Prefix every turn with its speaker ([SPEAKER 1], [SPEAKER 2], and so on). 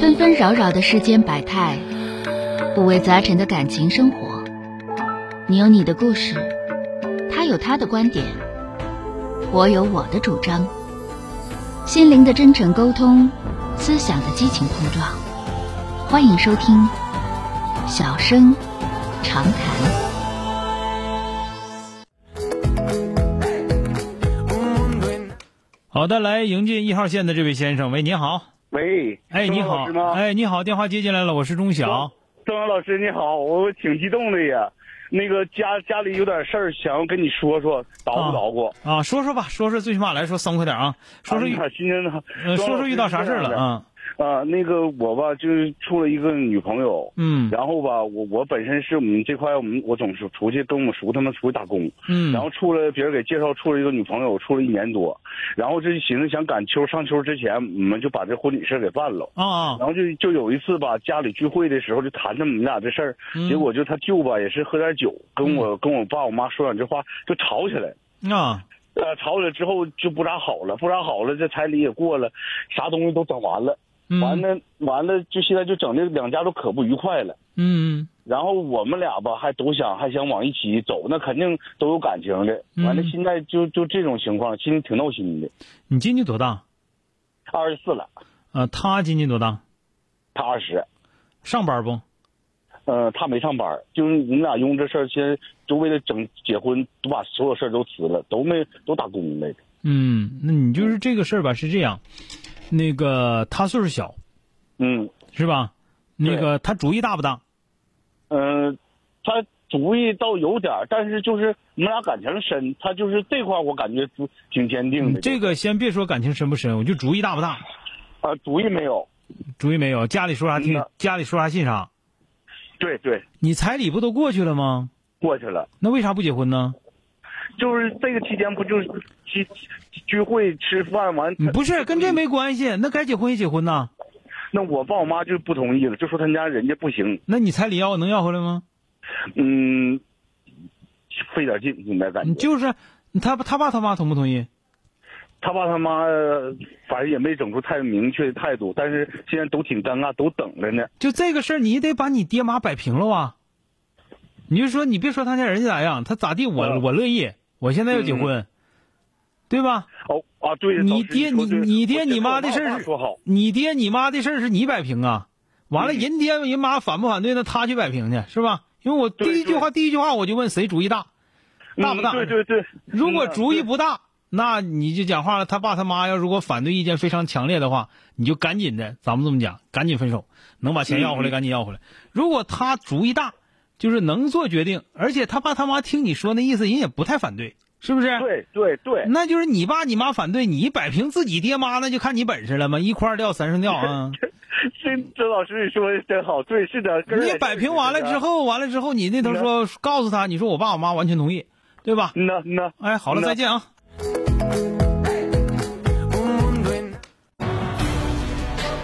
[SPEAKER 1] 纷纷扰扰的世间百态，五味杂陈的感情生活。你有你的故事，他有他的观点，我有我的主张。心灵的真诚沟通，思想的激情碰撞。欢迎收听《小声长谈》。
[SPEAKER 2] 好的，来迎接一号线的这位先生，喂，你好，
[SPEAKER 3] 喂，
[SPEAKER 2] 哎，
[SPEAKER 3] 钟
[SPEAKER 2] 你
[SPEAKER 3] 阳
[SPEAKER 2] 好
[SPEAKER 3] 老师，吗？，
[SPEAKER 2] 哎，你好，电话接进来了，我是钟晓，
[SPEAKER 3] 周阳老师你好，我挺激动的呀。那个家家里有点事儿，想要跟你说说，捣鼓捣鼓。
[SPEAKER 2] 啊，说说吧，说说，最起码来说松快点啊，说说遇，
[SPEAKER 3] 啊今天呢，
[SPEAKER 2] 呃，说说遇到啥事儿了啊，
[SPEAKER 3] 啊，那个我吧，就是处了一个女朋友，
[SPEAKER 2] 嗯
[SPEAKER 3] 然后吧，我我本身是我们这块，我们我总是出去跟我们叔他们出去打工，
[SPEAKER 2] 嗯，
[SPEAKER 3] 然后处了别人给介绍处了一个女朋友，处了一年多，然后这寻思想赶秋上秋之前，我们就把这婚礼事儿给办了。
[SPEAKER 2] 啊啊，
[SPEAKER 3] 然后就就有一次吧，家里聚会的时候就谈他们俩这事儿，
[SPEAKER 2] 嗯
[SPEAKER 3] 结果就他舅吧也是喝点酒，跟我跟我爸我妈说两句话就吵起来，
[SPEAKER 2] 啊，
[SPEAKER 3] 呃，吵起来之后就不咋好了，不咋好了，这彩礼也过了，啥东西都整完了，
[SPEAKER 2] 嗯
[SPEAKER 3] 完了完了就现在就整的两家都可不愉快了。
[SPEAKER 2] 嗯
[SPEAKER 3] 然后我们俩吧，还都想还想往一起走，那肯定都有感情的。完了，
[SPEAKER 2] 嗯
[SPEAKER 3] 现在就就这种情况，心里挺闹心的。
[SPEAKER 2] 你今年多大？
[SPEAKER 3] 二十四了，
[SPEAKER 2] 呃，他今年多大？
[SPEAKER 3] 他二十，
[SPEAKER 2] 上班不？
[SPEAKER 3] 呃，他没上班，就是你们俩因为这事儿，先就为了整结婚，都把所有事儿都辞了，都没都打工来的。
[SPEAKER 2] 嗯，那你就是这个事儿吧，是这样，那个他岁数小
[SPEAKER 3] 嗯
[SPEAKER 2] 是吧？那个他主意大不大？
[SPEAKER 3] 嗯、呃他主意倒有点儿，但是就是我们俩感情深，他就是这块儿我感觉挺挺坚定的。
[SPEAKER 2] 嗯这个先别说感情深不深，我就主意大不大，
[SPEAKER 3] 啊、主意没有，
[SPEAKER 2] 主意没有，家里说啥
[SPEAKER 3] 嗯
[SPEAKER 2] 听
[SPEAKER 3] 呐，
[SPEAKER 2] 家里说啥信啥。
[SPEAKER 3] 对对，
[SPEAKER 2] 你彩礼不都过去了吗？
[SPEAKER 3] 过去了。
[SPEAKER 2] 那为啥不结婚呢？
[SPEAKER 3] 就是这个期间不就是聚聚会吃饭完？
[SPEAKER 2] 嗯你不是跟这没关系，那该结婚也结婚呐。
[SPEAKER 3] 那我爸我妈就不同意了，就说他家人家不行，
[SPEAKER 2] 那你彩礼要能要回来吗？
[SPEAKER 3] 嗯，费点劲应该感觉。
[SPEAKER 2] 你就是他他爸他妈同不同意？
[SPEAKER 3] 他爸他妈，呃反正也没整出太明确的态度，但是现在都挺尴尬，都等着呢。
[SPEAKER 2] 就这个事儿，你得把你爹妈摆平了啊。你就说，你别说他家人家咋样，他咋地我，我
[SPEAKER 3] 嗯
[SPEAKER 2] 乐意。我现在要结婚，对吧？
[SPEAKER 3] 哦啊，对，
[SPEAKER 2] 你
[SPEAKER 3] 老师
[SPEAKER 2] 爹
[SPEAKER 3] 说
[SPEAKER 2] 你
[SPEAKER 3] 对
[SPEAKER 2] 你爹
[SPEAKER 3] 我觉得
[SPEAKER 2] 你妈的事
[SPEAKER 3] 我
[SPEAKER 2] 儿
[SPEAKER 3] 爸
[SPEAKER 2] 是
[SPEAKER 3] 说好，
[SPEAKER 2] 你爹你妈的事儿是你摆平啊。完了，
[SPEAKER 3] 嗯
[SPEAKER 2] 人爹人妈反不反对，那他去摆平去，是吧？因为我第一句话第一句话我就问谁主意大，大不大？
[SPEAKER 3] 嗯对对对，
[SPEAKER 2] 如果
[SPEAKER 3] 嗯
[SPEAKER 2] 主意
[SPEAKER 3] 对
[SPEAKER 2] 不大，那你就讲话了。他爸他妈要如果反对意见非常强烈的话，你就赶紧的，咱们这么讲，赶紧分手，能把钱要回来
[SPEAKER 3] 嗯
[SPEAKER 2] 赶紧要回来。如果他主意大，就是能做决定，而且他爸他妈听你说那意思，人也不太反对，是不是？
[SPEAKER 3] 嗯对对对，
[SPEAKER 2] 那就是你爸你妈反对，你摆平自己爹妈，那就看你本事了嘛，一块儿掉三声掉 啊！
[SPEAKER 3] 这这老师你说的真好，对，是的，根儿也
[SPEAKER 2] 你
[SPEAKER 3] 是
[SPEAKER 2] 摆平完了之，
[SPEAKER 3] 是的
[SPEAKER 2] 后，完了之后，你那头说告诉他，你说我爸我妈完全同意，对吧？
[SPEAKER 3] 嗯呐嗯呐，
[SPEAKER 2] 哎，好了，
[SPEAKER 3] 那
[SPEAKER 2] 再见啊！